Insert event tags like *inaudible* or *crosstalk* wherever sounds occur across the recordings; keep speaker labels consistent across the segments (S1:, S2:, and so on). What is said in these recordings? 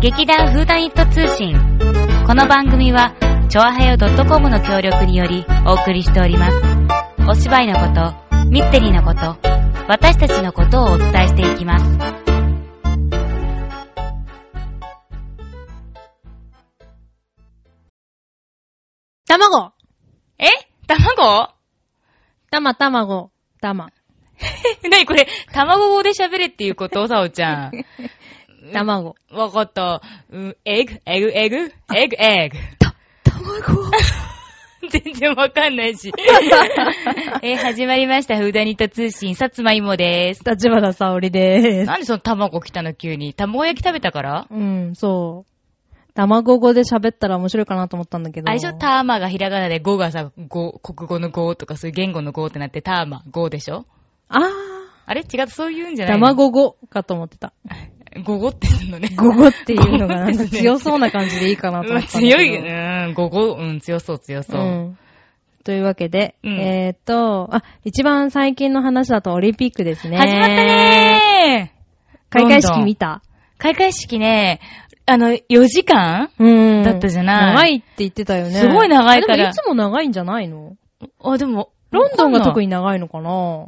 S1: 劇団フーダニット通信。この番組は、ちょあへよ .com の協力によりお送りしております。お芝居のこと、ミステリーのこと、私たちのことをお伝えしていき
S2: *laughs*
S1: ます。
S3: 卵
S2: え卵
S3: 玉、卵、玉。
S2: なにこれ、卵語で喋れっていうことさおちゃん。 *laughs*
S3: 卵。
S2: わかった。うん、エグ、エグ、エグ、エグ、エ
S3: 卵
S2: グ。 *laughs* 全然わかんな
S1: *laughs*
S2: いし。えー始まりました。フーダニット通信、さつまいもです。
S3: 立花沙織でーす。
S2: なんでその卵来たの急に。卵焼き食べたから
S3: うん、そう。卵語で喋ったら面白いかなと思ったんだけど。
S2: あれでしょターマがひらがなで語がさ、語、国語の語とかそういう言語の語ってなってターマ、語でしょ
S3: あ
S2: あれ違う、そういうんじ
S3: ー。
S2: ゃないの。
S3: 卵語かと思ってた。
S2: 語語って言うのね。
S3: 語語っていうのがなん
S2: 語 *laughs*
S3: か
S2: ですね
S3: 強そうな感じでいいかなと
S2: *laughs* う
S3: 思
S2: ん
S3: ったんだけど。
S2: 強い、うん、語語、うん、強そう、強そう。
S3: ん。というわけで、
S2: うん
S3: えーっと、あ、一番最近の話だとオリンピックですね。
S2: 始まったねー
S3: 開会式
S2: ロンドン
S3: 見た
S2: 開会式ね、あの、4時間
S3: うん
S2: だったじゃない
S3: 長いって言ってたよね。
S2: すごい長いから
S3: あでもいつも長いんじゃないの
S2: あ、でも、
S3: ロンドンが特
S2: に。
S3: に長いのかな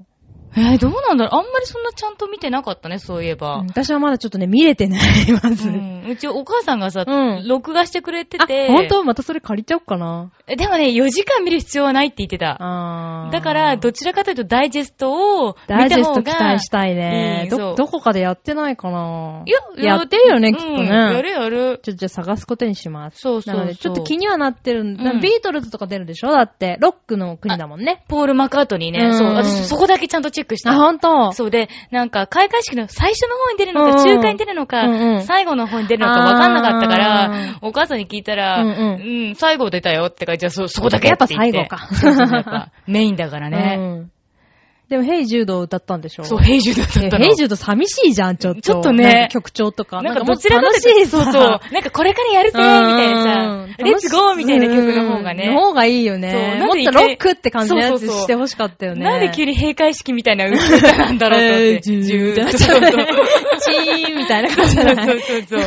S2: えーどうなんだろうあんまりそんなちゃんと見てなかったね、そういえば。
S3: 私はまだちょっとね、見れてない、ま
S2: う
S3: ず。
S2: ん、うちお母さんがさ、
S3: うん
S2: 録画してくれて
S3: あ、
S2: て。
S3: 本当またそれ借りちゃおうかな。
S2: えでもね、4時間見る必要はないって言ってた。
S3: あー
S2: だから、どちらかというとダイジェストを
S3: ダ
S2: 見
S3: イジ
S2: た
S3: ェス
S2: 方
S3: ト期
S2: が
S3: 待し。たい
S2: い
S3: ね
S2: い。そ
S3: ど、
S2: う
S3: どこかでやってないかない
S2: や、
S3: やってるよね
S2: うん
S3: きっとね
S2: やるやる。
S3: ちょっとじゃあ探すことにします。
S2: そうそうそう
S3: なので、ちょっと気にはなってるんだ、
S2: うん
S3: ビートルズとか出るでしょだって、ロックの国だもんね。
S2: ポール・マカートニー
S3: うん
S2: ね。そう、私そこだけちゃんとチェックした。
S3: あ、ほんと
S2: そうで、なんか、開会式の最初の方に出るの
S3: うん
S2: か、
S3: うん
S2: 中間に出るのか、
S3: うんうん
S2: 最後の方に出るのか分かんなかったか
S3: あ
S2: ら、お母さんに聞いたら、
S3: う
S2: うんん、
S3: う
S2: 最後出たよって書いてある、そ、そこだけ
S3: やっぱ
S2: て言て
S3: 最後か
S2: そうそうやっぱメインだから
S3: *laughs*
S2: ね。
S3: うん。でも、ヘイジュードを歌ったんでしょ
S2: そう、ヘイジュードだったの。
S3: ヘイジュード寂しいじゃん、ちょっと。
S2: ちょっとね
S3: なんか曲調とか。
S2: なん
S3: な
S2: か
S3: んかも
S2: ど
S3: っ
S2: ち
S3: と
S2: らか
S3: 楽
S2: と
S3: しい
S2: いうと、
S3: さ。
S2: そうそう。なんかこれからやるぜみたいなさ、レッツゴーみたいな曲の方が
S3: の
S2: ね。
S3: 方がいいよね。
S2: そうな
S3: もっ
S2: んで
S3: とロックって感じのや
S2: そう
S3: つ
S2: そうそう
S3: してほしかったよね。
S2: なんで急
S3: に
S2: に閉会式みたいな歌なんだろうと思って。
S3: ジュー
S2: ジュそ
S3: ド
S2: うそうそう
S3: チーンみたいな
S2: そ
S3: 感
S2: う
S3: じじ
S2: そ *laughs*
S3: ゃな
S2: う
S3: い
S2: そうそう。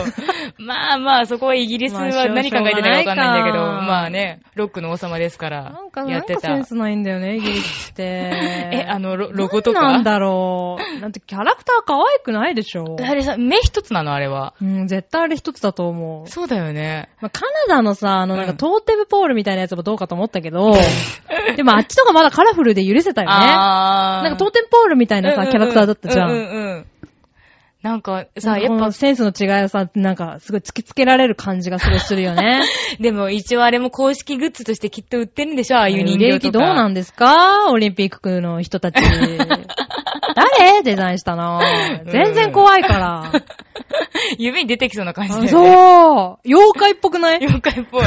S2: まあまあ、そこはイギリスは何考えてないかわかんないけど、
S3: まあしょうがないか
S2: まあね、ロックの王様ですから
S3: なんか、、
S2: や
S3: な
S2: っ
S3: ん
S2: て
S3: か
S2: た。
S3: センスないんだよね、イギリスって。え
S2: *laughs* え、あ、の、ロロゴとか。
S3: なんだろう。なんてキャラクター可愛くないでしょ。
S2: あれさ、目一つなのあれは。
S3: うん、絶対あれ一つだと思う。
S2: そうだよね。
S3: まあ、カナダのさ、あの、なんか、
S2: うん
S3: トーテムポールみたいなやつもどうかと思ったけど、 *laughs* でもあっちとかまだカラフルで許せたよ
S2: *laughs*
S3: ね。
S2: あー
S3: なんか、トーテムポールみたいな
S2: うんうんう
S3: さ、
S2: ん
S3: キャラクターだったじゃ。
S2: うんんうん。なんか
S3: さ
S2: さ、やっぱ、
S3: センスの違いをさ、なんか、すごい突きつけられる感じがすごいするよね。
S2: でも一応あれも公式グッズとしてきっと売ってるんでしょ *laughs* ああいう人
S3: 売れ
S2: 形
S3: 行き
S2: とか。
S3: どうなんですかオリンピックの人たち。 *laughs* 誰デザインしたの全然怖い
S2: *laughs*
S3: から。
S2: *laughs* 夢に出てきそうな感じだよ
S3: あ
S2: ね。
S3: そう妖怪っぽくない
S2: 妖怪っぽい。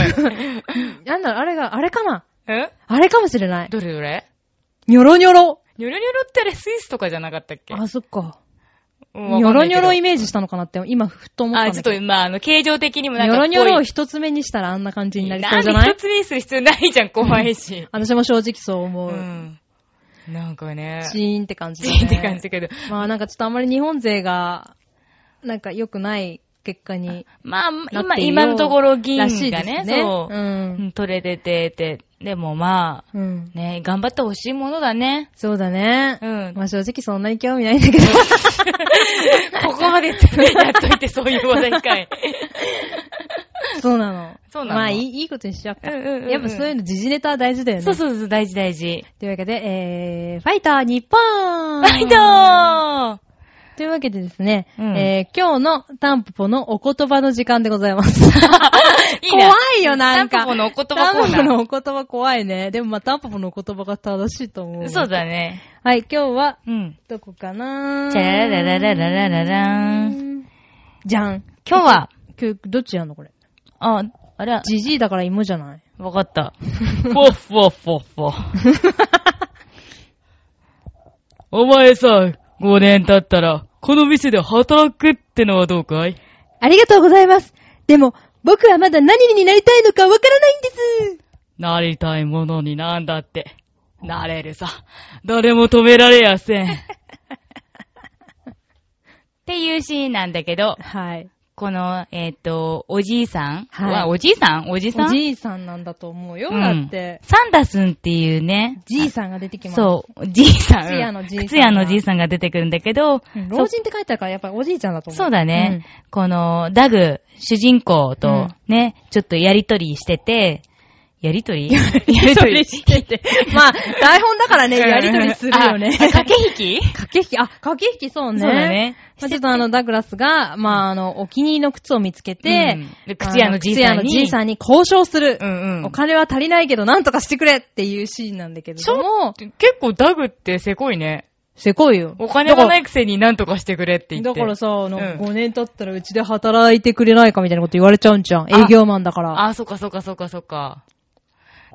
S3: *laughs* なんだろう、あれが、あれかな
S2: え
S3: あれかもしれない。
S2: どれどれ
S3: ニョロニョロ。
S2: ニョロニョロってあれスイスとかじゃなかったっけ
S3: あ、そっか。
S2: ニ
S3: ニョロニョロイ
S2: メ
S3: メージしたのかなって、今、ふっと思った
S2: あ、
S3: んだ
S2: ちょ
S3: け
S2: っ
S3: ど。
S2: と、まあ、あの、形状的にもなん
S3: ニ
S2: か
S3: ョ
S2: こういう。
S3: ロニョロを一つ目にしたらあんな感じになりそうじゃ
S2: な
S3: なん
S2: で
S3: い
S2: 一つにする必要ないじゃん、後輩し。
S3: 私も正直そう思
S2: う
S3: う。
S2: ん。なんかね。
S3: シーンって感じだね
S2: ーンって感じだけど。
S3: まあなんかちょっとあんまり日本勢が、なんか良くない結果に
S2: まあ、
S3: なっ
S2: 今、
S3: ていよう
S2: 今のところ銀が
S3: らしいです
S2: ね、
S3: ね。
S2: そう
S3: う。。
S2: うんん取れててて、でもまあ、
S3: うん。
S2: ね、頑張ってほしいものだね。
S3: そうだね。
S2: うん
S3: まあ正直そんなに興味ないんだけど。
S2: *laughs* ここまでやっといて、そういう話題かい。
S3: そうなの。
S2: そうなの
S3: まあいいいいことにしちゃおうか。
S2: うんうんうんうん
S3: やっぱそういうの時事ネタは大事だよ
S2: *laughs*
S3: ね。
S2: そうそうそう、大事大事。
S3: というわけで、えー、ファイター日本
S2: バ *laughs* イトー
S3: というわけでですね、
S2: うん
S3: えー、今日のタンポポのお言葉の時間でござ *laughs* います。
S2: いね
S3: 怖いよ、なん
S2: タ
S3: か。
S2: ンポポのお言葉コーナー
S3: タンポポのお言葉怖いね。でもまあ、タンポポのお言葉が正しいと思う。
S2: そう。だね。
S3: はい、今日は、
S2: うん。
S3: どこかな
S2: チャラララララララーン。
S3: じゃん。
S2: 今日は、
S3: 今日、どっちやんのこれ。
S2: あ、あれ、
S3: じじいだから芋じゃない
S2: わかった。フォフォフォ *laughs* フォ。お前さ、5年経ったら、この店で働くってのはどうかい
S3: ありがとうございます。でも、僕はまだ何になりたいのかわからないんです。
S2: なりたいものになんだって。なれるさ。誰も止められやせん。っていうシーンなんだけど、
S3: はい。
S2: この、えっ、と、おじいさん
S3: はい
S2: は、おじいさんおじさ
S3: お
S2: ん
S3: じいさんなんだと思うよ、
S2: うん
S3: だって。
S2: サンダスンっていうね、
S3: じいさんが出てきます。
S2: そう、じいさん。
S3: 靴屋のじいさんが
S2: 靴屋のじいさんが出てくるんだけど、
S3: うん老人って書いてあるから、やっぱりおじいちゃんだと思う。
S2: そうだね。この、ダグ、主人公とね、ちょっとやりとりしてて、やりとりや
S3: *laughs* うん。やり
S2: り
S3: とりしてて。まあ、台本だ
S2: *laughs*
S3: からね、やりとりするよね。
S2: あ駆け引き
S3: *laughs* 駆け引き、あ、駆け引きそうね。
S2: そうだね
S3: まあ、ちょっとあの、ダグラスが、まあ、あの、お気に入りの靴を見つけて、
S2: うん靴屋のじいさんに
S3: あの靴屋のじいさんに交渉する。
S2: うんうん
S3: お金は足りないけど、なんとかしてくれっていうシーンなんだけれども、
S2: 結構ダグってせこいね。
S3: せこいよ。
S2: お金がないいくせになんとかしてくれって言って。
S3: だからさ、あの、
S2: うん
S3: 5年経ったらうちで働いてくれないかみたいなこと言われちゃうんじゃん。営業マンだから。
S2: あ、そっかそっかそっかそっか。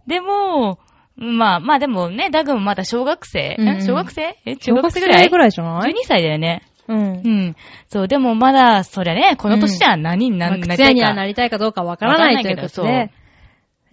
S2: でも、まあまあでもね、ダグもまだ小学生、
S3: うんうん
S2: ん小学生え中
S3: 小
S2: 学
S3: 学
S2: 生ぐらい
S3: 生ぐらいじゃない
S2: ?12 歳だよね。
S3: うん
S2: う。ん。そう、でもまだ、そりゃね、この年じゃ何にな,、
S3: まあ
S2: ん、なり
S3: 靴
S2: た
S3: 屋
S2: い
S3: に
S2: か
S3: はなりたいかどうかわからないということ
S2: わからない
S3: で。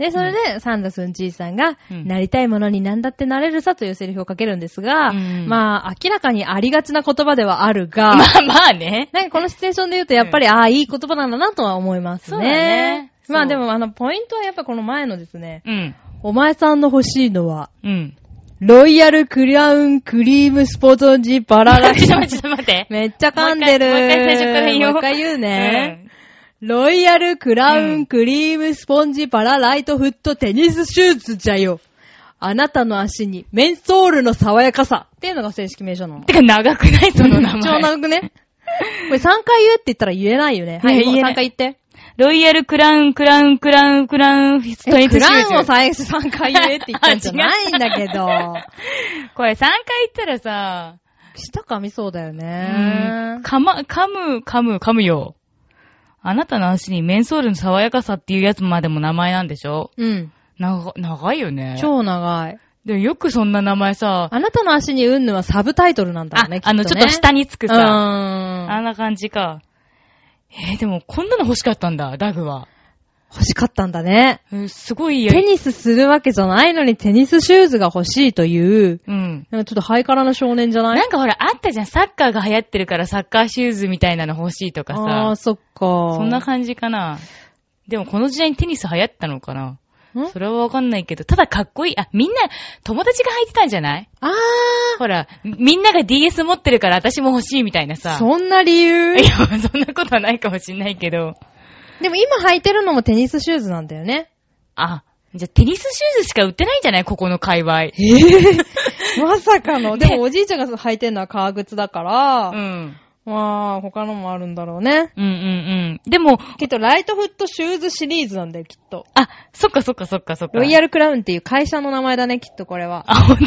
S3: で、それで、サンダスンじいさんが、
S2: うん
S3: なりたいものに何だってなれるさというセリフをかけるんですが、
S2: うん
S3: まあ、明らかにありがちな言葉ではあるが、
S2: まあまあね。
S3: なんかこのシチュエーションで言うと、やっぱり、ああ、いい言葉なんだなとは思いま
S2: そ
S3: すね。
S2: うだね
S3: ま
S2: そ
S3: あ
S2: う
S3: でも、あの、ポイントはやっぱこの前のですね、
S2: うん。
S3: お前さんの欲しいのは、
S2: うん。
S3: ロイヤルクラウンクリームスポトンジバララ
S2: ちょっと待って、ちょっと待って。
S3: めっちゃ噛んでる。
S2: もう一回もう一回最初から言おう
S3: もう一回言うね。ロイヤルクラウンクリームスポンジパラライトフットテニスシューズじゃよ。あなたの足にメンソールの爽やかさ。っていうのが正式名称なの
S2: うん。。てか長くないその名
S3: 超
S2: 前。
S3: 長くね。これ3回言えって言ったら言えないよね。はい、
S2: ね
S3: もう
S2: 言えない
S3: 3回言って。
S2: ロイヤルクラウン、クラウン、クラウン、クラウン、フィストニッ
S3: ク
S2: ツシュー
S3: ラ
S2: ズ。
S3: ウンを最初3回言えって言ったんじゃないんだけ
S2: *laughs*
S3: ど。
S2: これ3回言ったらさ、
S3: 舌噛みそうだよ
S2: うん
S3: ね。
S2: 噛ま、噛む、噛む、噛むよ。あなたの足にメンソールの爽やかさっていうやつまでも名前なんでしょ
S3: うん。
S2: 長、長いよね。
S3: 超長い。
S2: でもよくそんな名前さ、
S3: あなたの足にうんぬはサブタイトルなんだろうね、きっと
S2: あの、
S3: ね。
S2: ちょっと下につく
S3: うー
S2: さ、
S3: ん。
S2: あんな感じか。えーでもこんなの欲しかったんだ、ダグは。
S3: 欲しかったんだね。
S2: うんすごいやり
S3: テニスするわけじゃないのにテニスシューズが欲しいという、
S2: うん。
S3: なんかちょっとハイカラな少年じゃない
S2: なんかほら、あったじゃん。サッカーが流行ってるからサッカーシューズみたいなの欲しいとか
S3: ああ
S2: さ。
S3: ー、そっか。
S2: そんな感じかな。でもこの時代にテニス流行ったのかな
S3: じ
S2: それはわかんないけど、ただかっこいい。あ、みんな、友達が履いてたんじゃない
S3: あ
S2: ほら、みんなが DS 持ってるから私も欲しいみたいな
S3: あ、
S2: さ。
S3: そんな理由
S2: *laughs* いや、そんなことはないかもしんないけど。
S3: でも今履いてるのもテニスシューズなんだよ
S2: *laughs*
S3: ね。
S2: あ、じゃあテニスシューズしか売ってないんじゃないここの界隈。
S3: まさかの。でもおじいちゃんが履いてるのは革靴だから、
S2: うん。
S3: まあ、他のもあるんだろうね。
S2: うんうんうん。でも、
S3: きっとライトフットシューズシリーズなんだよ、きっと。
S2: あ、そっかそっかそっかそっか。
S3: ロイヤルクラウンっていう会社の名前だね、きっとこれは。
S2: あ、ほんと。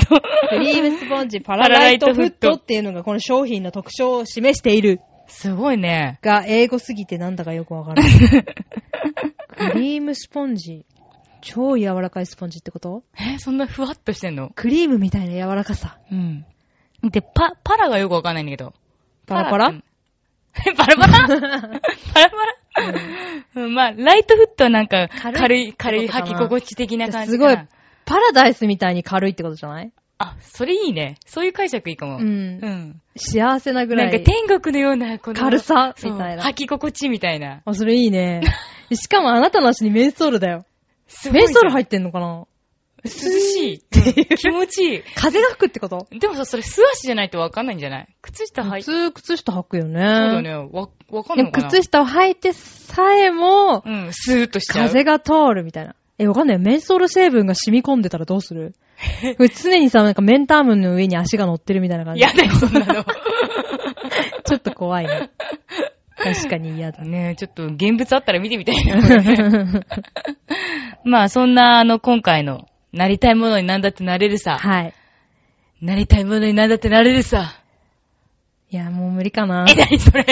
S3: クリームスポンジパラライトフットっていうのがこの商品の特徴を示している
S2: *laughs* すごいね。
S3: が英語すぎてなんだかよくわからない。
S2: *laughs*
S3: クリームスポンジ。超柔らかいスポンジってこと
S2: え、そんなふわっとしてんの
S3: クリームみたいな柔らかさ。
S2: うん。で、パ、パラがよくわかんないんだけど。
S3: パラパラ
S2: うんパラパ
S3: *laughs*
S2: ラパラパラ、うん、まあ、ライトフットはなんか、
S3: 軽い
S2: 軽い、軽
S3: って
S2: い
S3: こ
S2: 履き
S3: とかな
S2: 心地的な感じ
S3: す
S2: か
S3: ご、
S2: ない
S3: パラダイスみたいに軽いってことじゃない
S2: あ、それいいね。そういう解釈いいかも。
S3: うん
S2: うん。
S3: 幸せなぐ
S2: な
S3: ら
S2: んか
S3: い。
S2: 天国のような、この。
S3: 軽さ
S2: そう
S3: みたいな
S2: 履き心地みたいな。
S3: あ、それいいね。しかもあなたの足にメンソールだよ。
S2: すごい
S3: メ
S2: じゃ
S3: ン
S2: ん
S3: ソール入ってんのかな
S2: 涼しい。うん気持ちい
S3: 風が吹くってこと
S2: い。でもさ、それ素足じゃないとわかんないんじゃない靴下履
S3: 普
S2: いて。
S3: 通靴下履くよね。そう
S2: そうだね。わ、わかん
S3: で
S2: ないの
S3: も
S2: かな
S3: 靴下を履いてさえも、
S2: うん、スーッとしちゃう。
S3: 風が通るみたいな。え、わかんない。メンソール成分が染み込んでたらどう
S2: *laughs*
S3: するこれ常にさ、なんかメンタームの上に足が乗ってるみたいな感じ。
S2: 嫌だよ、そんなの。
S3: ちょっと怖い
S2: *laughs*
S3: ね。確かに嫌だね。
S2: ねえ、ちょっと現物あったら見てみたいな。これね *laughs* まあ、そんな、あの、今回の、なりたいものになんだってなれるさ。
S3: はい。
S2: なりたいものになんだってなれるさ。
S3: いや、もう無理かな。
S2: え、なにそれ。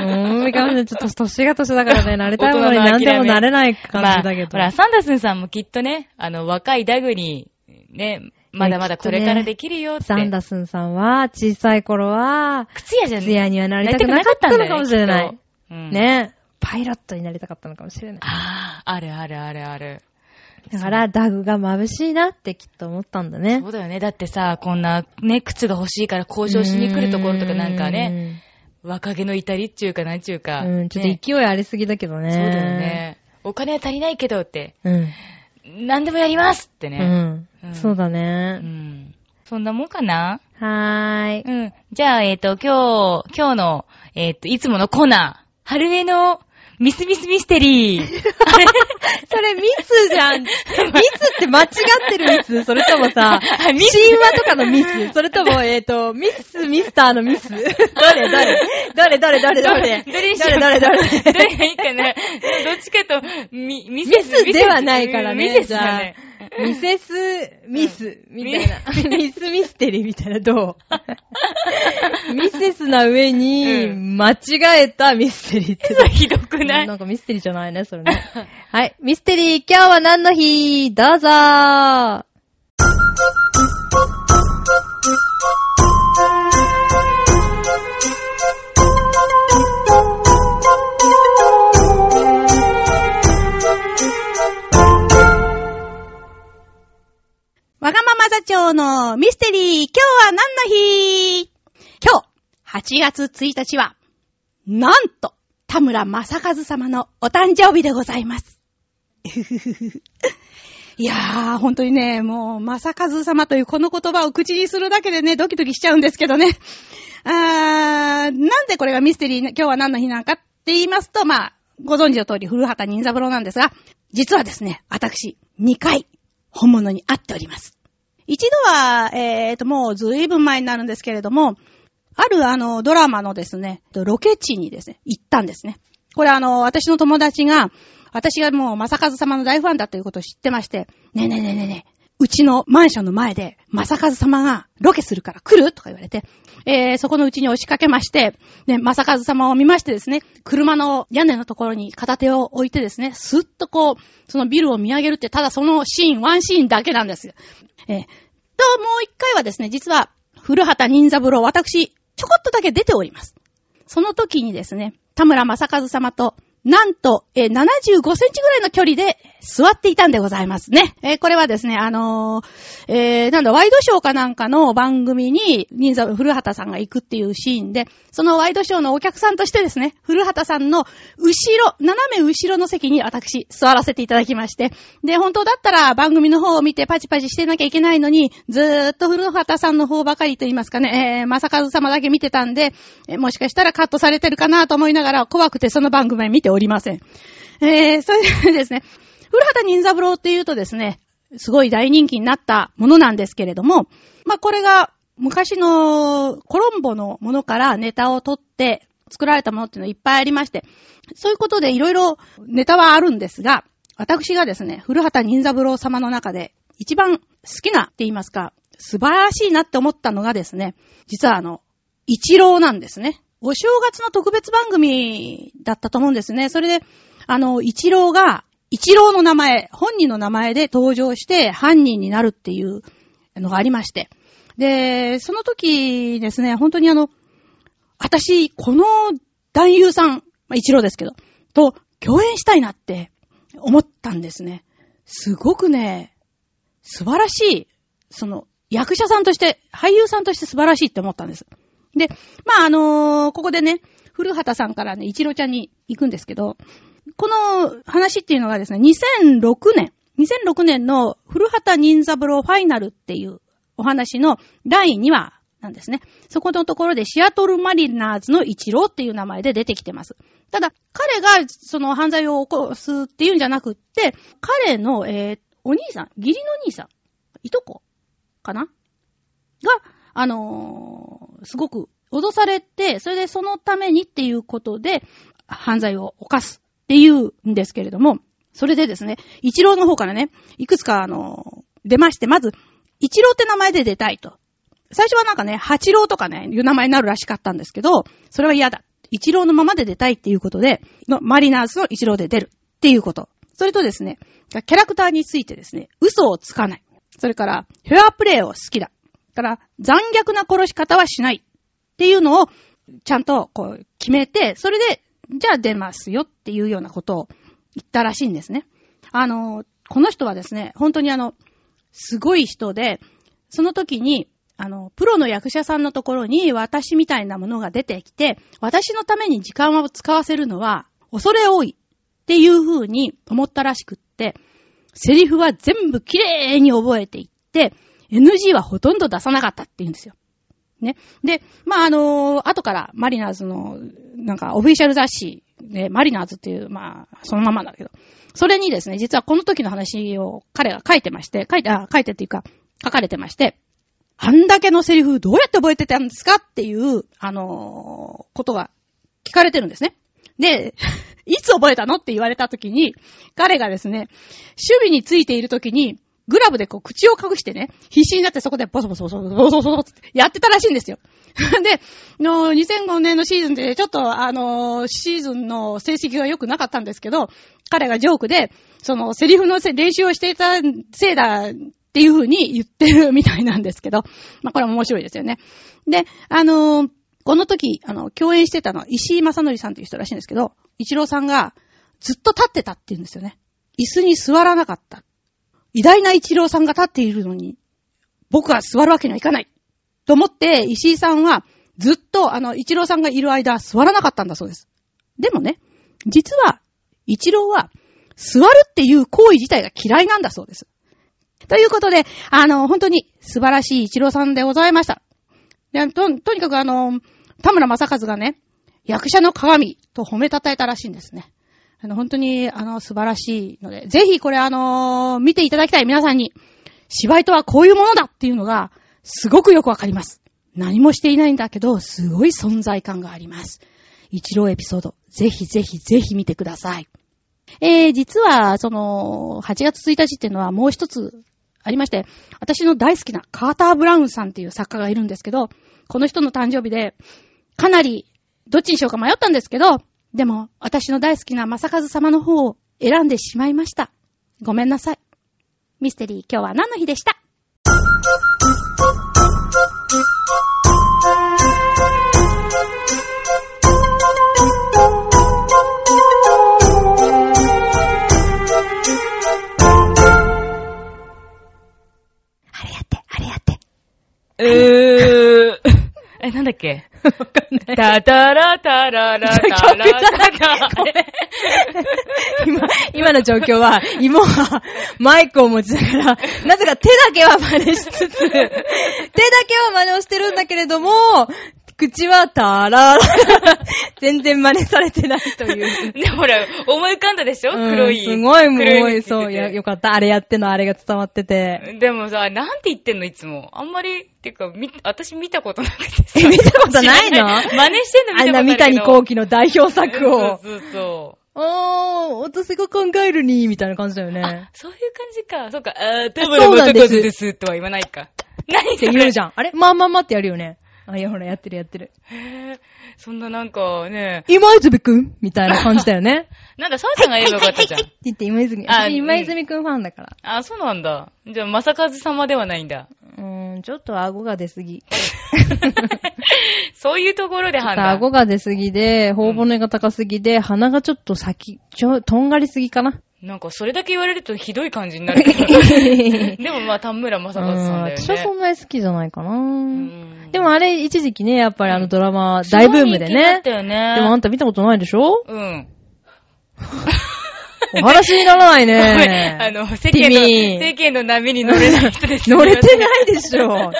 S3: もう無理かもしれない。ちょっと年が年だか
S2: *laughs*
S3: らね、慣れたいものに
S2: 大人の
S3: 何
S2: 諦め
S3: でもなれない感じだけど。
S2: まあ、ほら、サンダースンさんもきっとね、あの、若いダグに、ね、まだまだこれからできるよって。
S3: サンダスンさんは、小さい頃は、
S2: 靴屋じゃ
S3: ツヤにはなり
S2: なりた
S3: た
S2: く
S3: く
S2: な
S3: な
S2: か
S3: か
S2: っ
S3: ったた
S2: んだ
S3: の
S2: よ
S3: かもしれな
S2: きっ
S3: い。
S2: とうん
S3: ね。パイロットになりたかったのかもしれない。
S2: ああ、あるあるあるある。
S3: だから、ダグが眩しいなってきっと思ったんだね
S2: そ。うだよね。だってさ、こんな、ね、靴が欲しいから交渉しに来るところとかなんかね、若気の至りっちゅうかなんちゅうか。
S3: うん、ちょっ
S2: ね
S3: と勢いありすぎだけどね。
S2: そうだよ。ね。お金は足りないけどって、
S3: うん。
S2: 何でもやりますってね。
S3: う。
S2: うんん
S3: そうだ
S2: う
S3: ね。
S2: ん。そんなもんかな
S3: は
S2: *laughs*
S3: ーい。
S2: うん。じゃあ、えっ、と、今日、今日の、えっ、と、いつものコーナー、春江のミスミスミステリー。
S3: *laughs*
S2: あれ
S3: それミスじ *laughs* ゃん。ミスって間違ってるミスそれともさ、
S2: *laughs* あミス
S3: 神話とかのミスそれと
S2: *laughs*
S3: も、えっ、と、ミス、ミスターのミスどれどれどれどれどれど
S2: *laughs*
S3: れ
S2: どれにしよう
S3: どれどれど
S2: ど
S3: れ
S2: れがいいかなどっちかと、ミ、ミ
S3: ミ
S2: セス。
S3: スではないからね。
S2: ミセス
S3: じ
S2: だ
S3: ゃあ
S2: ね。、
S3: ミセス、ミス、みたいな。ミ *laughs* スミステリーみたいな、ど *laughs* うミセスな上に、
S2: う
S3: 間違えたミステリーって。
S2: ひどくない
S3: *laughs* なんかミステリーじゃないね、それね。はい。ミステリー、今日は何の日どうぞー
S4: わがまま座長のミステリー、今日は何の日今日、8月1日は、なんと、田村正和様のお誕生日でございます。いやー、本当にね、もう、正和様というこの言葉を口にするだけでね、ドキドキしちゃうんですけどね。あー、なんでこれがミステリーな、今日は何の日なんかって言いますと、まあ、ご存知の通り、古畑任三郎なんですが、実はですね、私、2回、本物に会っております。一度は、えーと、もうずいぶん前になるんですけれども、あるあの、ドラマのですね、ロケ地にですね、行ったんですね。これあの、私の友達が、私がもう正和様の大ファンだということを知ってまして、ねえねえねえねえねえ、うちのマンションの前で、正和様がロケするから来るとか言われて、えー、そこのうちに押しかけまして、ね、正和様を見ましてですね、車の屋根のところに片手を置いてですね、スッとこう、そのビルを見上げるって、ただそのシーン、ワンシーンだけなんです。えーと、もう一回はですね、実は、古畑任三郎、私、ちょこっとだけ出ております。その時にですね、田村正和様と、なんと、えー75センチぐらいの距離で座っていたんでございますね。えーこれはですね、あのーえーなんだ、ワイドショーかなんかの番組に、忍者、古畑さんが行くっていうシーンで、そのワイドショーのお客さんとしてですね、古畑さんの後ろ、斜め後ろの席に私、座らせていただきまして、で、本当だったら番組の方を見てパチパチしてなきゃいけないのに、ずーっと古畑さんの方ばかりと言いますかね、えー、正和様だけ見てたんで、えーもしかしたらカットされてるかなと思いながら、怖くてその番組は見ておりません。えー、それでですね、古畑任三郎っていうとですね、すごい大人気になったものなんですけれども、まあ、これが昔のコロンボのものからネタを取って作られたものっていうのいっぱいありまして、そういうことでいろいろネタはあるんですが、私がですね、古畑任三郎様の中で一番好きなって言いますか、素晴らしいなって思ったのがですね、実はあの、一郎なんですね。お正月の特別番組だったと思うんですね。それで、あの、一郎が、一郎の名前、本人の名前で登場して犯人になるっていうのがありまして。で、その時ですね、本当にあの、私、この男優さん、まあ、一郎ですけど、と共演したいなって思ったんですね。すごくね、素晴らしい、その、役者さんとして、俳優さんとして素晴らしいって思ったんです。で、まあ、あのここでね、古畑さんからね、一郎ちゃんに行くんですけど、この話っていうのがですね、2006年、2006年の古畑任三郎ファイナルっていうお話の第2話なんですね。そこのところでシアトルマリナーズの一郎っていう名前で出てきてます。ただ、彼がその犯罪を起こすっていうんじゃなくって、彼の、えーお兄さん、義理の兄さん、いとこかなが、あのーすごく脅されて、それでそのためにっていうことで、犯罪を犯すっていうんですけれども、それでですね、一郎の方からね、いくつかあのー出まして、まず、一郎って名前で出たいと。最初はなんかね、八郎とかね、いう名前になるらしかったんですけど、それは嫌だ。一郎のままで出たいっていうことで、のマリナーズの一郎で出るっていうこと。それとですね、キャラクターについてですね、嘘をつかない。それから、フェアプレイを好きだ。だから、残虐な殺し方はしない。っていうのを、ちゃんとこう決めて、それで、じゃあ出ますよっていうようなことを言ったらしいんですね。あの、この人はですね、本当にあの、すごい人で、その時に、ああの、プロの役者さんのところに私みたいなものが出てきて、私のために時間を使わせるのは恐れ多いっていう風に思ったらしくって、セリフは全部綺麗に覚えていって、NG はほとんど出さなかったって言うんですよ。ね。で、まあ、あの後からマリナーズの、なんかオフィシャル雑誌、ね、マリナーズっていう、まあ、そのままだけど、それにですね、実はこの時の話を彼が書いてまして、書いて、あ、書いてっていうか、書かれてまして、あんだけのセリフどうやって覚えてたんですかっていう、あのーことが聞かれてるんですね。で、 *laughs* いつ覚えたのって言われた時に、彼がですね、守備についている時に、グラブでこう口を隠してね、必死になってそこでボソボソボソボソボソボソってやってたらしいんですよ。 *laughs* で、の2005年のシーズンでちょっとあのーシーズンの成績が良くなかったんですけど、彼がジョークで、そのセリフのせ練習をしていたせいだっていう風に言ってるみたいなんですけど、まあこれも面白いですよね。で、あのーこの時、あの、共演してたのは石井正則さんという人らしいんですけど、一郎さんがずっと立ってたって言うんですよね。椅子に座らなかった。偉大な一郎さんが立っているのに、僕は座るわけにはいかない。と思って、石井さんはずっと、あの、一郎さんがいる間、座らなかったんだそうです。でもね、実は、一郎は、座るっていう行為自体が嫌いなんだそうです。ということで、あの、本当に素晴らしい一郎さんでございました。でと、とにかくあの、田村正和がね、役者の鏡と褒めたたえたらしいんですね。あの、本当に、あの、素晴らしいので、ぜひこれあの、見ていただきたい皆さんに、芝居とはこういうものだっていうのが、すごくよくわかります。何もしていないんだけど、すごい存在感があります。一郎エピソード、ぜひぜひぜひ見てください。えー、実は、その、8月1日っていうのはもう一つありまして、私の大好きなカーター・ブラウンさんっていう作家がいるんですけど、この人の誕生日で、かなり、どっちにしようか迷ったんですけど、でも、私の大好きな正和様の方を選んでしまいました。ごめんなさい。ミステリー、今日は何の日でしたあれやって、あれやって。
S2: うー。え、なんだっけわかんない。タタラタララタラタラ。あれ
S3: 今、 *laughs* 今の状況は、芋はマイクを持ちながら、なぜか手だけは真似しつつ、手だけは真似をしてるんだけれども、口はたらら、全然真似されてないという。
S2: ね、ほら、思い浮かんだでしょ黒い。
S3: うんすごい、も
S2: 黒
S3: う、そう、やよかった。あれやってのあれが伝わってて。
S2: でもさ、なんて言ってんのいつも。あんまり、てか、み、私見たことなくてさ。
S3: え見たことないの
S2: 知ら *laughs* 真似してんの見たこと
S3: あんな三谷幸喜の代表作を。
S2: そうそうそう。
S3: おー、私が考えるに、みたいな感じだよね
S2: あ。、そういう感じか。そうか。あー、田村正和ですとは言わないか。何
S3: って
S2: そ
S3: 言う
S2: れ
S3: じゃん。あれまあまあまあってやるよね。あ、いや、ほら、やってるやってる。
S2: へーそんななんかね、
S3: 今泉くんみたいな感じだよ
S2: *laughs*
S3: ね。
S2: なんか澤ちゃんが言えばよかったじゃん。
S3: って言って今泉、
S2: あ
S3: 私今泉くんファンだから。
S2: あ、そうなんだ。じゃあ、正和様ではないんだ。
S3: うーん、ちょっと顎が出すぎ。
S2: そういうところで判断。
S3: 顎が出すぎで、頬骨が高すぎで、鼻がちょっと先、ちょ、とんがりすぎ
S2: *laughs*
S3: かな。
S2: なんか、それだけ言われるとひどい感じになるけ
S3: *laughs*
S2: ど。でもまあ、田村正和さんだよね。
S3: 私はそんなに好きじゃないかな。
S2: ん
S3: でもあれ、一時期ね、やっぱりあのドラマ、大ブームで
S2: 人気だ
S3: ね
S2: っ。たよね。
S3: でもあんた見たことないでしょ
S2: うん。
S3: お話にならない
S2: *laughs* ごめ
S3: ね
S2: ん。あの、世間の、
S3: 君
S2: 世間の波に乗れない人です。
S3: *laughs* 乗れてないでしょ。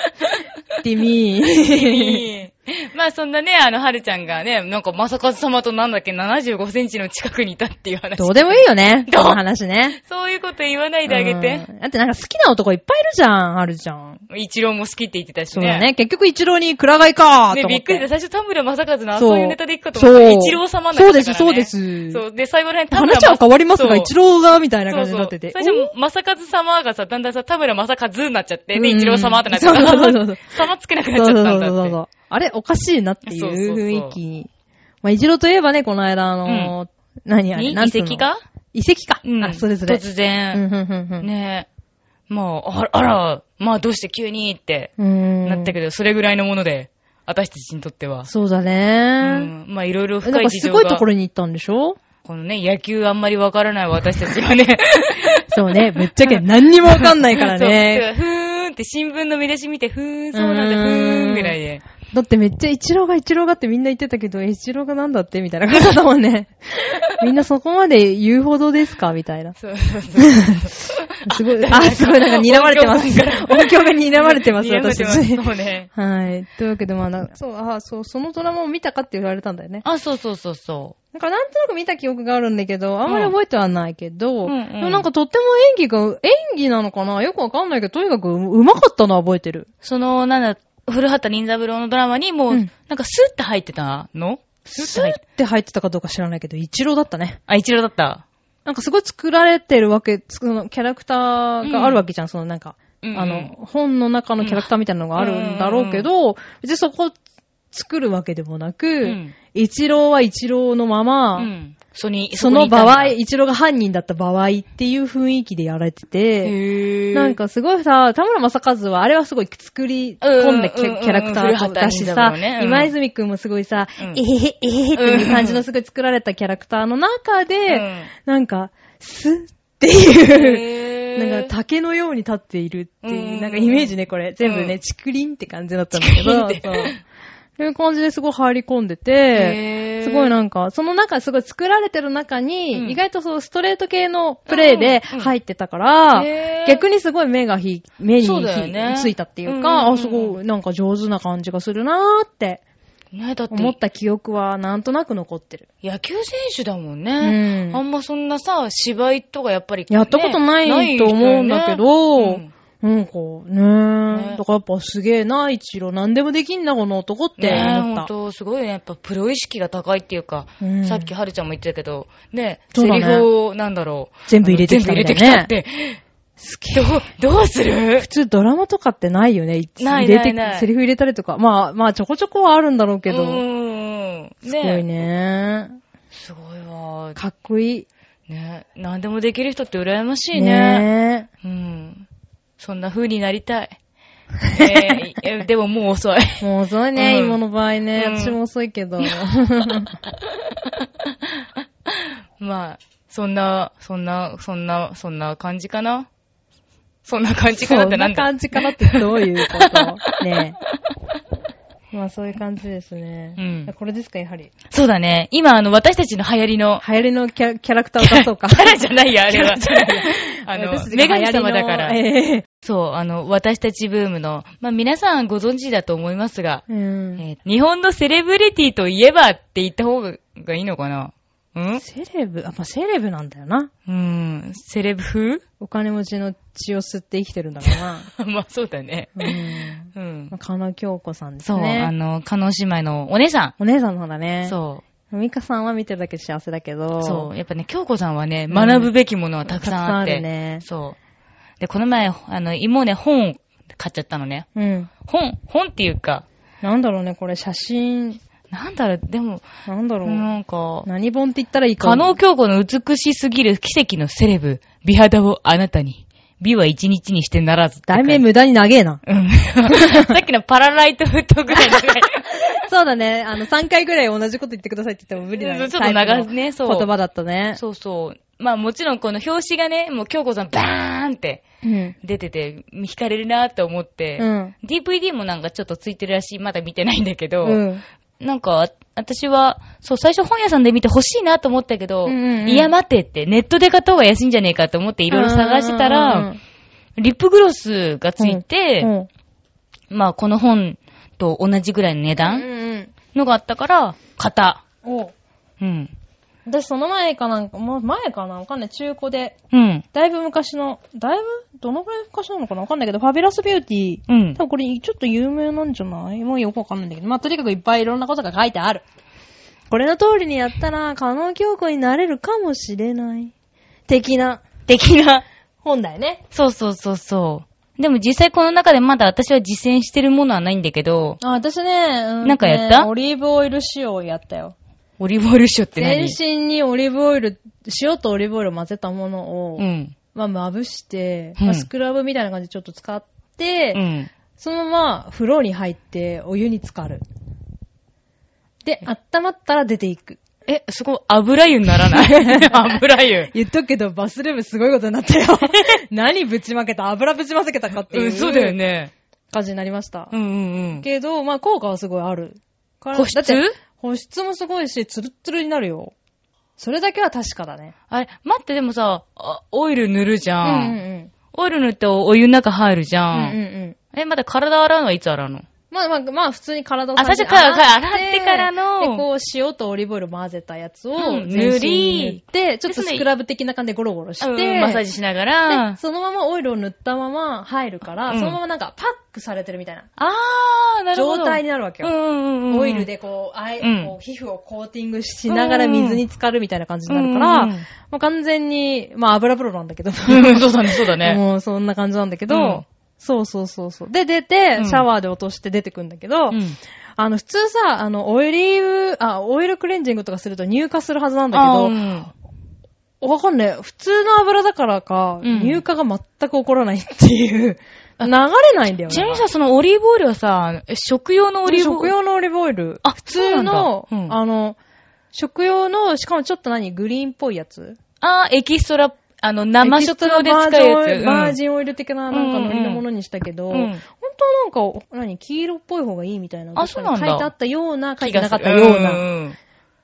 S3: ティミー。
S2: まあそんなね、あの、はるちゃんがね、なんか、正和様となんだっけ、75センチの近くにいたっていう *laughs* 話。
S3: どうでもいいよね。
S2: どう
S3: この話ね。
S2: そういうこと言わないであげて。
S3: うんだってなんか好きな男いっぱいいるじゃん、あるじゃん。
S2: 一郎も好きって言ってたしね。
S3: そうだね。結局一郎に蔵がいかーと
S2: ね、
S3: 思
S2: び
S3: っ
S2: っくり
S3: て。
S2: した。最初、田村正和のあ
S3: そう
S2: そういうネタでいくかと思ったら、
S3: そう
S2: 一郎様なんだから、ね、
S3: そうですそうです
S2: そう、で、最後ら辺、田村
S3: 話は変わりますが、一
S2: 郎
S3: 郎が、みたいな感じになってて。
S2: 最初、正和様がさ、だんだんさ、田村正和になっちゃって、
S3: うん
S2: で、一郎様ってなっちゃって、
S3: そうそうそうそう
S2: 様つけなくな
S3: そ
S2: っ
S3: う
S2: ち
S3: そ
S2: ゃ
S3: う
S2: った
S3: そ
S2: んだって。
S3: うそうそう。あれ、おかしいなってい
S2: そうそう
S3: う
S2: そう
S3: 雰囲気。まあ、一郎といえばね、この間、あのー、何あれ、
S2: に
S3: なんつうの
S2: 遺跡が
S3: 遺跡か。
S2: うん
S3: あ、それぞれ。
S2: 突
S3: うん、う
S2: 然、
S3: ん、うん、うん。
S2: ねえ、まあ、ああら、まあどうして急にって
S3: うーん。
S2: なったけど、それぐらいのもので、私たちにとっては。
S3: そうだ
S2: う
S3: ね。
S2: ん、まあいろいろ
S3: な
S2: 深
S3: ん
S2: い
S3: か
S2: 事
S3: す
S2: 情
S3: ご
S2: が。
S3: いところに行ったんでしょ
S2: このね、野球あんまりわからない私たちはね。
S3: そうね。ぶっちゃけ何にもわかんないからね。
S2: *laughs* そうふーんんって新聞の見出し見て、ふーん、そうなんだ、ふーんぐらいで。
S3: だってめっちゃ一郎が一郎がってみんな言ってたけど、え、一郎がなんだってみたいな感じだったもん *laughs* ね。みんなそこまで言うほどですかみたいな。
S2: そうそうそう。
S3: す
S2: *laughs*
S3: ごい、あ、すごい、なんか睨まれてます。音響が睨まれてます、
S2: 睨まれ
S3: 私
S2: て
S3: た
S2: ます
S3: ち。
S2: そうね。
S3: はい。というわけで、まあな、そう、あ、そう、そのドラマを見たかって言われたんだよね。
S2: あ、そうそうそうそ
S3: なんかなんとなく見た記憶があるんだけど、あんまり覚えてはないけど、
S2: うんうんうん
S3: でもなんかとっても演技が、演技なのかなよくわかんないけど、とにかくううまかったのは覚えてる。
S2: う。その、なんだ、古畑任三郎のドラマにもう、
S3: うん
S2: なんかスッて入ってたの
S3: スーって入ってたかどうか知らないけど、一郎だったね。
S2: あ、一郎だった。
S3: なんかすごい作られてるわけ、そのキャラクターがあるわけじゃん、そのなんか、
S2: うんうん
S3: あの、本の中のキャラクターみたいなのがあるんだろうけど、別にそこ作るわけでもなく、
S2: ん
S3: 一郎は一郎のまま、
S2: うん。そに、
S3: そ
S2: こに
S3: の
S2: いたん
S3: 場
S2: だ
S3: 合、一郎が犯人だった場合っていう雰囲気でやられてて、
S2: へー
S3: なん、かすごいさ、田村正和はあれはすごい作り込んだキ
S2: うんうんうん
S3: ャキャラクターだし
S2: 古畑任三郎
S3: さ、
S2: ねうん
S3: 今泉くんもすごいさ、
S2: うん
S3: えへへ、えへへっていう感じのすごい作られたキャラクターの中で、
S2: うん
S3: なんか、すっ
S2: *laughs*
S3: ていう、
S2: へー
S3: なんか竹のように立っているって
S2: うんうんう
S3: い
S2: ん
S3: う、なんかイメージね、これ。全部
S2: う
S3: ね、
S2: ん
S3: 竹林って感じだったんだけど、
S2: 竹
S3: そう。そういう感じですごい入り込んでて、
S2: へー
S3: すごいなんか、その中、すごい作られてる中に、
S2: うん
S3: 意外とそう、ストレート系のプレイで
S2: うんうん
S3: 入ってたから、
S2: へー
S3: 逆にすごい目がひ、目に
S2: そう
S3: ひ、
S2: だよね
S3: ついたっていう
S2: うんうん
S3: か、
S2: うん
S3: あ、すごい、なんか上手な感じがするなーって
S2: ね、だって、
S3: 思った記憶はなんとなく残ってる。
S2: 野球選手だもんね。
S3: うん
S2: あんまそんなさ、芝居とかやっぱり、
S3: やったことない
S2: ね
S3: と思うんだけど
S2: ない人よね
S3: なんかね、
S2: ね
S3: だからやっぱすげえな、一郎。何でもできんな、この男って
S2: ねえ、
S3: 思
S2: ほ
S3: っ
S2: ん
S3: た。
S2: と、すごいね。やっぱプロ意識が高いっていうか、
S3: うん
S2: さっきはるちゃんも言ってたけど、ね、
S3: そう
S2: セ
S3: だ
S2: リ
S3: ね
S2: フを、なんだろう。
S3: 全部入れてきたんだよ
S2: 全
S3: ね
S2: 部入れてきたって。どう、どうする
S3: 普通ドラマとかってないよね。いつ
S2: ない
S3: 入れて
S2: ないない
S3: セリフ入れたりとか。まあ、まあ、ちょこちょこはあるんだろうけど。
S2: うんう
S3: す
S2: んうん。
S3: ご
S2: ね
S3: いね。
S2: すごいわ。
S3: かっこい
S2: ね何でもできる人って羨まし
S3: い。
S2: いね。
S3: ね
S2: うん。そんな風になりた
S3: *laughs*
S2: い。ねええでももう遅い。
S3: え。もう遅いね、
S2: うん
S3: 今の場合ね。
S2: うん
S3: 私も遅いけ
S2: *laughs*
S3: ど。
S2: まあ、そんな、そんな、そんな、そんな感じかな。そんな感じかなってなんだ
S3: 感じかなってどういうこと
S2: *laughs*
S3: ねえ。まあそういう感じですね。
S2: うん
S3: これですか、やはり。
S2: そうだね。今、あの、私たちの流行り *laughs* の、
S3: 流行りのキャキャラクターを出そうか。
S2: キャラ *laughs* じゃないや、あれは。
S3: *laughs*
S2: あの
S3: 私、たちが
S2: 女神
S3: 流行りの
S2: 様だから。
S3: え
S2: そう、あの、私たちブームの、まあ皆さんご存知だと思いますが、
S3: えうん。
S2: えー日本のセレブリティといえばって言った方がいいのかなうん
S3: セレブ、あ、まあセレブなんだよな。
S2: うん、セレブ風 *laughs*
S3: お金持ちの血を吸って生きてるんだ *laughs* から。
S2: まあそうだね。
S3: うん。
S2: うん
S3: まあ。狩野京子さんです
S2: そう、あ
S3: ね。
S2: の、カノ姉妹のお姉さ
S3: お姉さんの方だね
S2: ん。。そう。
S3: う。ミカさんは見てるだけで幸せだけど。
S2: そう。
S3: う。
S2: やっぱね、京子さんはね、学ぶべきものはたくさんあって。
S3: たくさんあるね
S2: そう。で、この前、あの、芋ね、本を買っちゃったのね。
S3: うん。
S2: 本、本っていうか、
S3: なんだろうね、これ写真、
S2: なんだろう、でも、
S3: なんだろう。
S2: なんか、
S3: 何本って言ったらいいか。
S2: 加納京子の美しすぎる奇跡のセレブ、美肌をあなたに。美は一日にしてならずって書い
S3: 題
S2: て。
S3: 名無駄に長えな。
S2: うん。 *laughs* さっきのパラライトフットぐらいのね
S3: *laughs* そうだね。あの、3回ぐらい同じこと言ってくださいって言っても無理だ
S2: うん
S3: ね。
S2: ちょっと長いねそう
S3: 言葉だっ
S2: *laughs*
S3: たね。
S2: そうそう。まあもちろんこの表紙がね、もう京子さんバーンって
S3: うん。
S2: 出てて、惹かれるなと思って、
S3: うん
S2: DVD もなんかちょっとついてるらしい。まだ見てないんだけど、
S3: うん。
S2: なんか、私は、そう、最初本屋さんで見てほしいなと思ったけど、
S3: うんうんうん
S2: いや待てって、ネットで買った方が安いんじゃねえかと思っていろいろ探してたら、
S3: うんうんうん
S2: リップグロスがついて、
S3: うん
S2: まあこの本と同じぐらいの値段
S3: うん
S2: のがあったから、買った。
S3: うん。お
S2: うん。
S3: 私その前かなんか、もう前かなわかんない。中古で。
S2: うん。
S3: だいぶ昔の、だいぶどのぐらい昔なのかなわかんないけど、ファビュラスビューティー。
S2: うん
S3: 多。分これちょっと有名なんじゃないもうよくわかんないんだけど。まあ、とにかくいっぱいいろんなことが書いてある。これの通りにやったら、可能教子になれるかもしれない。的な
S2: 的な。
S3: 本だよね。
S2: そうそうそうそう。でも実際この中でまだ私は実践してるものはないんだけど、
S3: あ、私ね、う
S2: なんかやった
S3: ねオリーブオイル塩をやったよ。
S2: オリーブオイル塩って
S3: 全
S2: 何
S3: 身にオリーブオイル、塩とオリーブオイルを混ぜたものを、
S2: うん。
S3: まあ、まぶして、
S2: うん
S3: まあスクラブみたいな感じでちょっと使って、
S2: うん。
S3: そのまま風呂に入ってお湯に浸かる。で、温まったら出ていく。
S2: え、そこ、油湯にならない *laughs* 油湯。
S3: 言っとくけど、バスルームすごいことに
S2: *laughs*
S3: なったよ。何ぶちまけた油ぶちまけたかっていうう。
S2: ん、そうだよ。ね。
S3: 感じになりました。
S2: うんうん
S3: けど、まあ効果はすごいある。から
S2: 保湿
S3: だって保湿もすごいし、ツルッツルになるよ。それだけは確かだね。
S2: あれ、待って、でもさ、あオイル塗るじゃん。
S3: うんうん。
S2: オイル塗っておお湯の中入るじゃ。
S3: うんんうんうん。
S2: え、まだ体洗うのはいつ洗うの
S3: まあまあ、まあ普通に体を
S2: あ最初から洗ってからの
S3: で、こう塩とオリーブオイル混ぜたやつを
S2: うん
S3: 全身
S2: 塗り
S3: に塗って、ちょっと
S2: でその
S3: スクラブ的な感じでゴロゴロして、
S2: うんマッサージしながら
S3: で。そのままオイルを塗ったまま入るから、
S2: うん
S3: そのままなんかパックされてるみたいな
S2: あー、なるほど。
S3: 状態に
S2: な
S3: なるわけ
S2: う
S3: よ。
S2: んうんうん。
S3: オイルでこう、あえ、
S2: うん
S3: こう皮膚をコーティングしながら水に浸かるみたいな感じになるから、
S2: うんうんうん
S3: もう完全に、まあ油プロなんだけど、 *laughs*
S2: うん。そうだね、そうだ *laughs* ね。
S3: もうそんな感じなんだけど、
S2: うん
S3: そうそうそうそう。で、出
S2: う
S3: て
S2: ん、
S3: シャワーで落として出てくんだけ
S2: う
S3: ど、
S2: ん。
S3: あの、普通さ、あの、オイリーブ、あ、オイルクレンジングとかすると乳化するはずなんだけ
S2: あ
S3: ど
S2: ーう、ん
S3: わかんない。普通の油だからか、
S2: うん
S3: 乳化が全く起こらないって
S2: *laughs*
S3: いう、流れないんだよね。
S2: ちなみにさ、そのオリーブオイルはさ、え食用のオリーブオ
S3: 食
S2: イル。
S3: 用のオリーブオイル。
S2: あ
S3: 普通
S2: そ
S3: の、
S2: うなんだうん
S3: あの、食用の、しかもちょっと何グリーンっぽいやつ
S2: あー、エキストラ、あの、生食用で使うや
S3: エキス
S2: つ。
S3: トラバー
S2: ン。
S3: ジンオイル的な、なんかのりのものにしたけど、
S2: うんうん
S3: 本当はなんか、何黄色っぽい方がいいみたいな。
S2: あそうなんだ
S3: 書いてあったような、書い
S2: 気
S3: て
S2: がす
S3: なかっ
S2: る
S3: たような。
S2: んん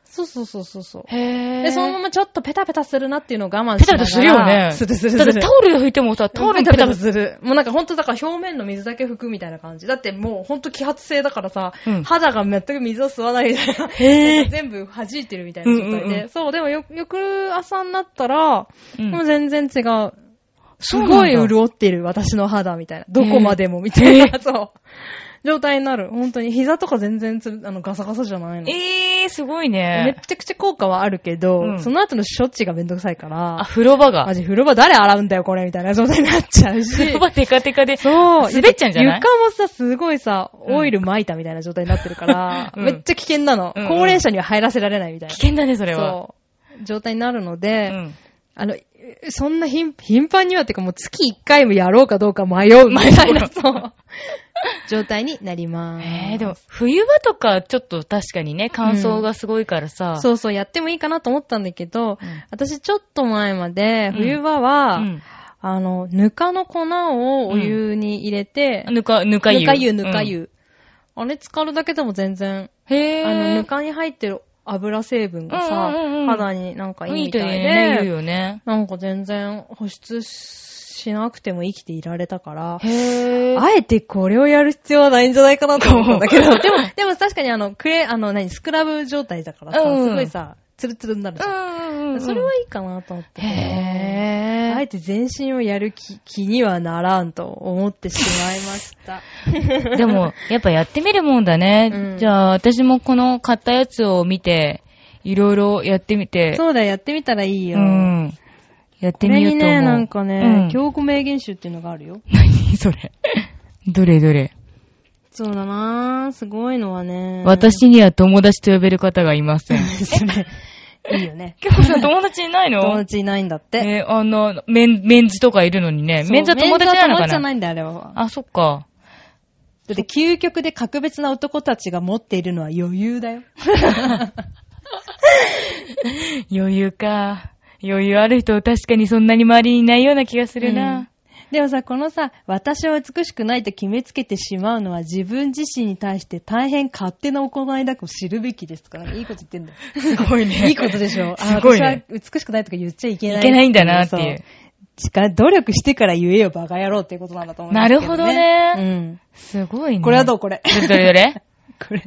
S3: そうそうそうそうそう。
S2: へー。
S3: で、そのままちょっとペタペタするなっていうのを我慢
S2: ペ
S3: し
S2: タペタ
S3: ながら
S2: するよね。
S3: するする
S2: だ
S3: す
S2: っ
S3: る
S2: て。タオルで拭いてもさ、タオル
S3: ペ
S2: も
S3: タ
S2: ペ
S3: ペ
S2: タ
S3: タ
S2: ペタ
S3: する。もうなんかほんとだから表面の水だけ拭くみたいな感じ。だってもうほんと揮発性だからさ、
S2: うん
S3: 肌が全く水を吸わないみたいな。
S2: へー
S3: 全部弾いてるみたいな状態で。
S2: うんうんうん
S3: そう、でもよ、翌朝になったら、
S2: うん
S3: もう全然違う。す
S2: そうなんだ
S3: ごい潤ってる、私の肌みたいな。どこまでもみたいな、そう。状態になる。本当に膝とか全然つる、あの、ガサガサじゃないの。
S2: えー、すごい
S3: めっ
S2: ね。
S3: ちゃくちゃ効果はあるけど、
S2: うん
S3: その後の処置がめんどくさいから
S2: あ、、風呂場が
S3: マ。ジ風呂場誰洗うんだよ、これ、みたいな状態になっちゃうし。
S2: *laughs* 風呂場テカテカで。
S3: そう。
S2: 滑っちゃうんじゃない
S3: 床もさ、すごいさ、オイル撒いたみたいな状態になってるから、
S2: うん
S3: めっちゃ危険なの、
S2: うんうん
S3: 高齢者には入らせられないみたいな。
S2: 危険だね、それは。
S3: そう。状態になるの
S2: う
S3: で、
S2: ん。
S3: あの、そんな頻頻繁にはっていうかもう月1回もやろうかどうか迷うみたいな、そう。状態になります。
S2: えー、でも、冬場とか、ちょっと確かにね、乾燥がすごいからさ。
S3: そうそう、やってもいいかなと思ったんだけど、
S2: うん
S3: 私ちょっと前まで、
S2: ん
S3: 冬場は、
S2: うん
S3: あの、ぬかの粉をお湯に入れて、
S2: ぬか、ぬか湯。
S3: ぬか湯、ぬか湯。あれ浸かるだけでも全然、
S2: うん。へー。
S3: あの、ぬかに入ってる油成分がさ、
S2: うんうんうんうん
S3: 肌になんかいい
S2: いい
S3: み
S2: と
S3: た
S2: い
S3: いうで、
S2: ね、言うよね。
S3: なんか全然保湿しなくても生きていられたから、
S2: へー。
S3: あえてこれをやる必要はないんじゃないかなと思ったんだけど、 *laughs* でも、でも確かにあの、クレ、あの、何、スクラブ状態だからさ、
S2: うん
S3: すごいさ、ツルツルになるじゃん。
S2: うんうんうん。
S3: それはいいかなと思って。
S2: へー。
S3: あえて全身をやる気気にはならんと思ってしまいました。
S2: でも、やっぱやってみるもんだね。
S3: うん
S2: じゃあ、私もこの買ったやつを見て、いろいろやってみて。
S3: そうだよ、やってみたらいいうよ。
S2: ん。やっ
S3: こ
S2: てみ
S3: れ
S2: よう
S3: に
S2: と思う。
S3: ね、なんか
S2: う
S3: ね、
S2: ん
S3: 強固名言集っていうのがあるよ。
S2: 何 *laughs* それ。どれどれ。
S3: そうだなぁ、すごいのはね。 *laughs*
S2: 私には友達と呼べる方がいません。 *laughs*
S3: いいよね。
S2: 今日さん友達いない
S3: *laughs* 友
S2: の
S3: 達いないんだって。
S2: え、あの、メン、メンズとかいるのにね。
S3: そう
S2: メンズは友達なの
S3: メンズは友
S2: か
S3: 達じゃな
S2: ない
S3: んだよ、あれは。
S2: あ、そっか。
S3: だって究極で格別な男たちが持っているのは余裕だよ。
S2: 余裕か。余裕ある人確かにそんなに周りにいないような気がするな。
S3: でもさ、このさ、私は美しくないと決めつけてしまうのは自分自身に対して大変勝手な行いだと知るべきですから、いいこと言ってんだよ。
S2: *laughs* すごいね
S3: いいことでしょ。あ
S2: すごいね
S3: 私は美しくないとか言っちゃいけない。
S2: いけないんだなっていう
S3: そ。しか努力してから言えよ、バカ野郎っていうことなんだと思いますけど、ね。
S2: なるほどね
S3: うん。
S2: すごいね。
S3: これはどうこれ。
S2: どれどれどれ
S3: こ
S2: *laughs*
S3: れ。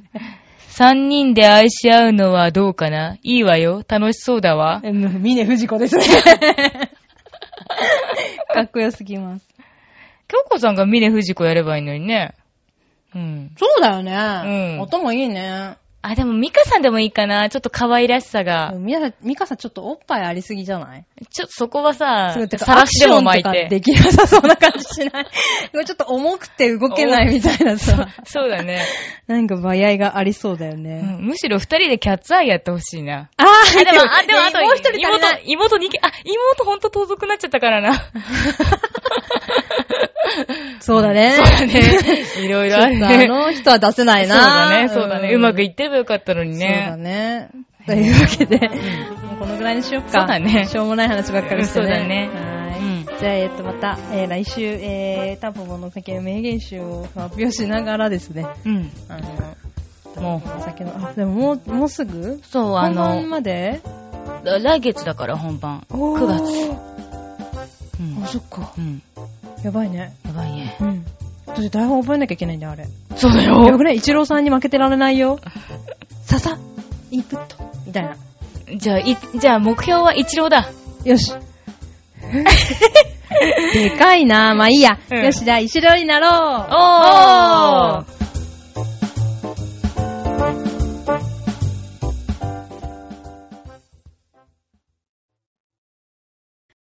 S2: 三人で愛し合うのはどうかないいわよ。楽しそうだわ。
S3: うん峰藤
S2: *laughs*
S3: 子ですね。かっこよすぎます。
S2: 京子さんが峰藤子やればいいのにね。うん。
S3: そうだよね
S2: うん
S3: 音もいいね。
S2: あ、でもミカさんでもいいかな。ちょっと可愛らしさが。
S3: みやさん、ミカさんちょっとおっぱいありすぎじゃない
S2: ちょっとそこはさ
S3: そう、てか
S2: さらしでも巻い
S3: アクションとか
S2: て。
S3: できなさそうな感じしない *laughs* ちょっと重くて動けないみたい
S2: *laughs*
S3: なさ。
S2: そうだね。
S3: なんか場合がありそうだよ
S2: う
S3: ね。
S2: んむしろ二人でキャッツアイやってほしいな。
S3: あ
S2: あ、でも、あ、でも、あと、
S3: もう一人足り
S2: 妹
S3: ない。、
S2: 妹に、あ、妹ほんと遠ざくなっちゃったから *laughs* な。
S3: そうだね。そう *laughs* だ
S2: *laughs*
S3: ね。
S2: いろいろある
S3: あ
S2: ね。
S3: の人は出せないな。
S2: そうだね、そうだね。うまくいってればよかったのに
S3: そう
S2: ね
S3: だ。ね。というわけで、もうこのぐらいにしよっか。
S2: そうだね
S3: しょうもない話ばっかりしてね。
S2: うんそうだね
S3: は
S2: うん
S3: ーい。じゃあ、えっと、また、えー来週、えー、タンポポのお酒名言集を発表しながらですね、
S2: うん。
S3: あの、
S2: も
S3: お酒の、あ、でももう、もうすぐ
S2: う、そう、あ
S3: 本番
S2: の、
S3: まで
S2: 来月だから本番。9月。
S3: 月。
S2: うん
S3: あ、。そっか。
S2: うん。
S3: やばいね。
S2: やばいね。
S3: うん。だって台本覚えなきゃいけないんだよ、あれ。
S2: そうだ
S3: よ
S2: よ。
S3: くね、一郎さんに負けてられないよ。ささ、インプット。みたいな。
S2: じゃあ、い、じゃあ目標は一郎だ。*laughs*
S3: よし。でかいなぁ。まあいいや。
S2: うん
S3: よし、じゃあ、一郎になろう。
S2: おー